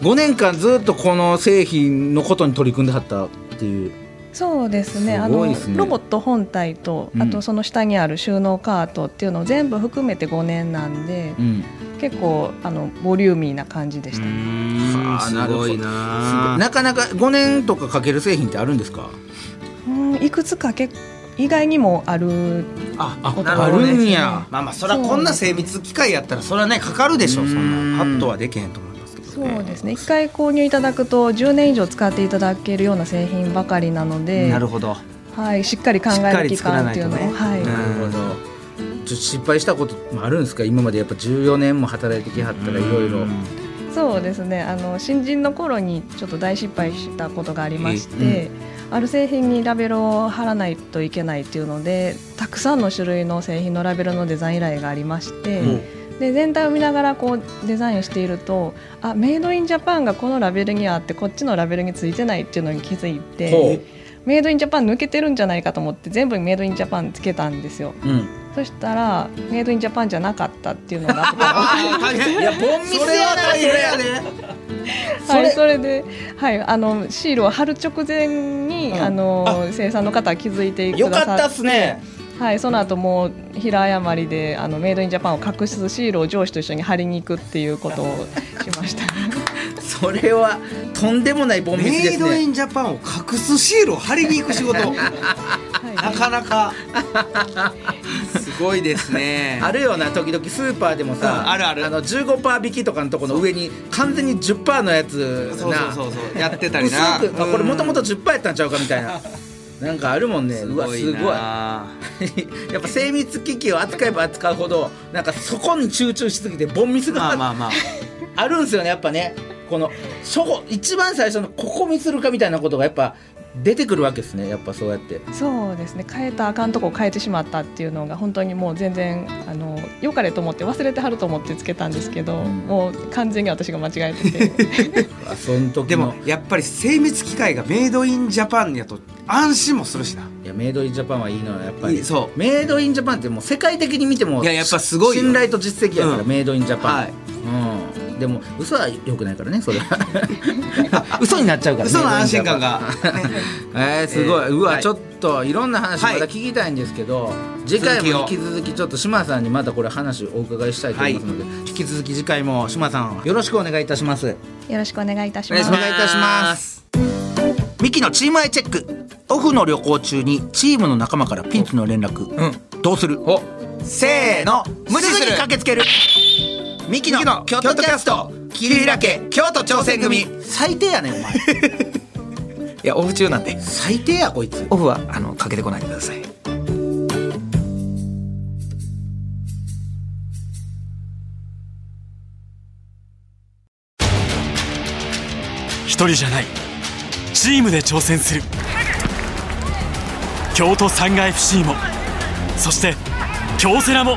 Speaker 1: 5年間ずっとこの製品のことに取り組んではったっていう
Speaker 5: そうですね
Speaker 1: す
Speaker 5: あ
Speaker 1: ご
Speaker 5: の
Speaker 1: いですね
Speaker 5: ロボット本体と、
Speaker 1: うん
Speaker 5: あとその下にある収納カートっていうのを全部含めて5年なんで、
Speaker 1: うん
Speaker 5: 結構あのボリューミーな感じでした、
Speaker 1: はあなるほど
Speaker 2: な
Speaker 1: なかなか5年とかかける製品ってあるんですか
Speaker 5: うんいくつか結意外にもある
Speaker 2: あ
Speaker 5: こと
Speaker 1: あ
Speaker 5: 多いです
Speaker 1: るん
Speaker 5: ね
Speaker 1: や
Speaker 2: まあまあそりゃこんな精密機械やったらそりゃねかかるでしょそんなパッとはできへんと思いますけど
Speaker 5: そ
Speaker 2: ね
Speaker 5: うですね一回購入いただくと10年以上使っていただけるような製品ばかりなので
Speaker 2: なるほど
Speaker 5: はい、しっかり考
Speaker 2: しっか
Speaker 5: える
Speaker 2: り
Speaker 5: 期
Speaker 2: 作ら
Speaker 5: 間
Speaker 2: な
Speaker 5: っ
Speaker 2: い
Speaker 5: てい
Speaker 2: と
Speaker 5: うのを
Speaker 2: ね
Speaker 5: はい、
Speaker 2: うん
Speaker 1: なるほどちょっと失敗したこともあるんですか今までやっぱ14年も働いてきはったらいろいろ
Speaker 5: そうですねあの新人の頃にちょっと大失敗したことがありまして、ある製品にラベルを貼らないといけないっていうのでたくさんの種類の製品のラベルのデザイン依頼がありまして、で全体を見ながらこうデザインしているとあメイドインジャパンがこのラベルにあってこっちのラベルについてないっていうのに気づい
Speaker 1: ほ
Speaker 5: てメイドインジャパン抜けてるんじゃないかと思って全部にメイドインジャパンつけたんですよ
Speaker 1: う、うん
Speaker 5: そしたらメイドインジャパンじゃなかったっていうのが後から
Speaker 2: あ大変いやボンミスやなそれは大変やね
Speaker 5: はい、それで、はい、あのシールを貼る直前に、あの生産の方は気づいてく
Speaker 2: よ
Speaker 5: だ
Speaker 2: かった
Speaker 5: さ
Speaker 2: っすね
Speaker 5: はい、その後もう平誤りで、あのメイドインジャパンを隠すシールを上司と一緒に貼りに行くっていうことをしました。
Speaker 1: それはとんでもないボンミス
Speaker 2: メ
Speaker 1: で
Speaker 2: イ
Speaker 1: す
Speaker 2: ドイ
Speaker 1: ね
Speaker 2: ンジャパンを隠すシールを貼りに行く仕事な
Speaker 5: はい、
Speaker 2: かなかすごいです ね
Speaker 1: あるよな時々スーパーでもさ、
Speaker 2: うんあるある
Speaker 1: の15%引きとかのとこの上に完全に10%のやつ
Speaker 2: そう
Speaker 1: な
Speaker 2: そうそうそうやってたりな
Speaker 1: 薄くあ
Speaker 2: うん
Speaker 1: これもともと10%やったんちゃうかみた いななんかあるもんねうわすごいや
Speaker 2: な
Speaker 1: っぱ精密機器を扱えば扱うほどなんかそこに集中しすぎてボンミスが、
Speaker 2: まあま
Speaker 1: あ
Speaker 2: あまあ
Speaker 1: るんですよねやっぱねこの初歩一番最初のここミスるかみたいなことがやっぱ出てくるわけですねやっぱそうやって
Speaker 5: そうですね、変えたあかんとこを変えてしまったっていうのが、本当にもう全然、あの良かれと思って、忘れて貼ると思ってつけたんですけど、もう完全に私が間違えてて。
Speaker 1: あその時の
Speaker 2: でもやっぱり精密機械がメイドインジャパンやと安心もするしない
Speaker 1: やメイドインジャパンはいいのよやっぱ
Speaker 2: い
Speaker 1: り
Speaker 2: いそう
Speaker 1: メイドインジャパンってもう世界的に見ても
Speaker 2: いややっぱすごいよ
Speaker 1: 信頼と実績やから、
Speaker 2: うん
Speaker 1: メイドインジャパン、
Speaker 2: はい
Speaker 1: うん、でも嘘は良くないからねそれは あ嘘になっちゃうからね
Speaker 2: 嘘の安心感が、
Speaker 1: えー、すごい、うわ、
Speaker 2: はい
Speaker 1: ちょっといろんな話
Speaker 2: はい
Speaker 1: まだ聞きたいんですけど、次回も引き続きちょっと島さんにまたこれ話をお伺いしたいと思いますので、引き続き次回も島さんよろしくお願いいたします
Speaker 5: よろしくお願いいたし
Speaker 2: お願
Speaker 5: ま
Speaker 2: いし
Speaker 5: す
Speaker 1: お
Speaker 2: ま。
Speaker 1: 願いいたしますミキのチームアイチェックオフの旅行中にチームの仲間からピンチの連絡、どうする
Speaker 2: せーの無視す
Speaker 1: ぐ
Speaker 2: る
Speaker 1: に駆けつけるミキの京都キャスト
Speaker 2: 桐平家京都挑戦組い
Speaker 1: 最低やねんお 前
Speaker 2: やオフ中なんで
Speaker 1: 最低やこいつ
Speaker 2: オフはあのかけてこないでください
Speaker 7: 一人じゃないチームで挑戦する京都産業 FC もそして京セラも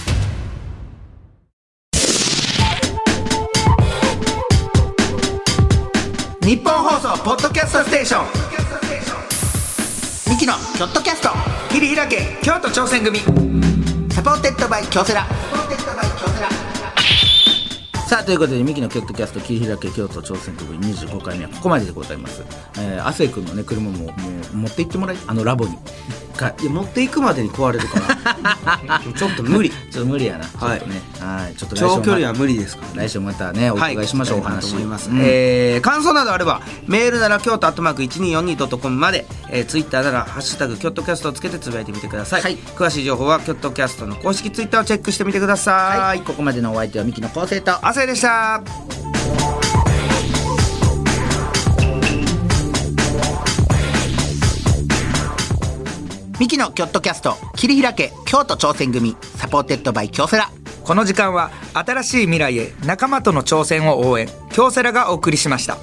Speaker 2: 日本放送ポッドキャストステーションミキのキョットキャスト桐平家京都挑戦組サポーテッドバイ京セラ
Speaker 1: さあということでミキのキョットキャスト切り開け京都挑戦局25回目はここまででございます、えー、亜生君のね車ももう持って行ってもらいあのラボに一回
Speaker 2: いや持っていくまでに壊れるから ちょっと無理
Speaker 1: ちょっと無理やな、
Speaker 2: はい
Speaker 1: ちょっとねはいちょっと来週も
Speaker 2: 長距離は無理ですから
Speaker 1: 来週またねお伺いしましょう、
Speaker 2: は
Speaker 1: お話
Speaker 2: 聞きたいなと思います、
Speaker 1: うん
Speaker 2: えー感想などあればメールなら京都アットマーク 1242.com まで、えー、ツイッターなら「ハッシュタグキョットキャスト」をつけてつぶやいてみてください、
Speaker 1: はい
Speaker 2: 詳しい情報はキョットキャストの公式ツイッターをチェックしてみてください、
Speaker 1: はいここまでのお相手はミキの昴生と
Speaker 2: 亜生でした
Speaker 1: ミキのキョットキャスト切り開け京都挑戦組サポーテッドバイ京セラ
Speaker 2: この時間は新しい未来へ仲間との挑戦を応援京セラがお送りしました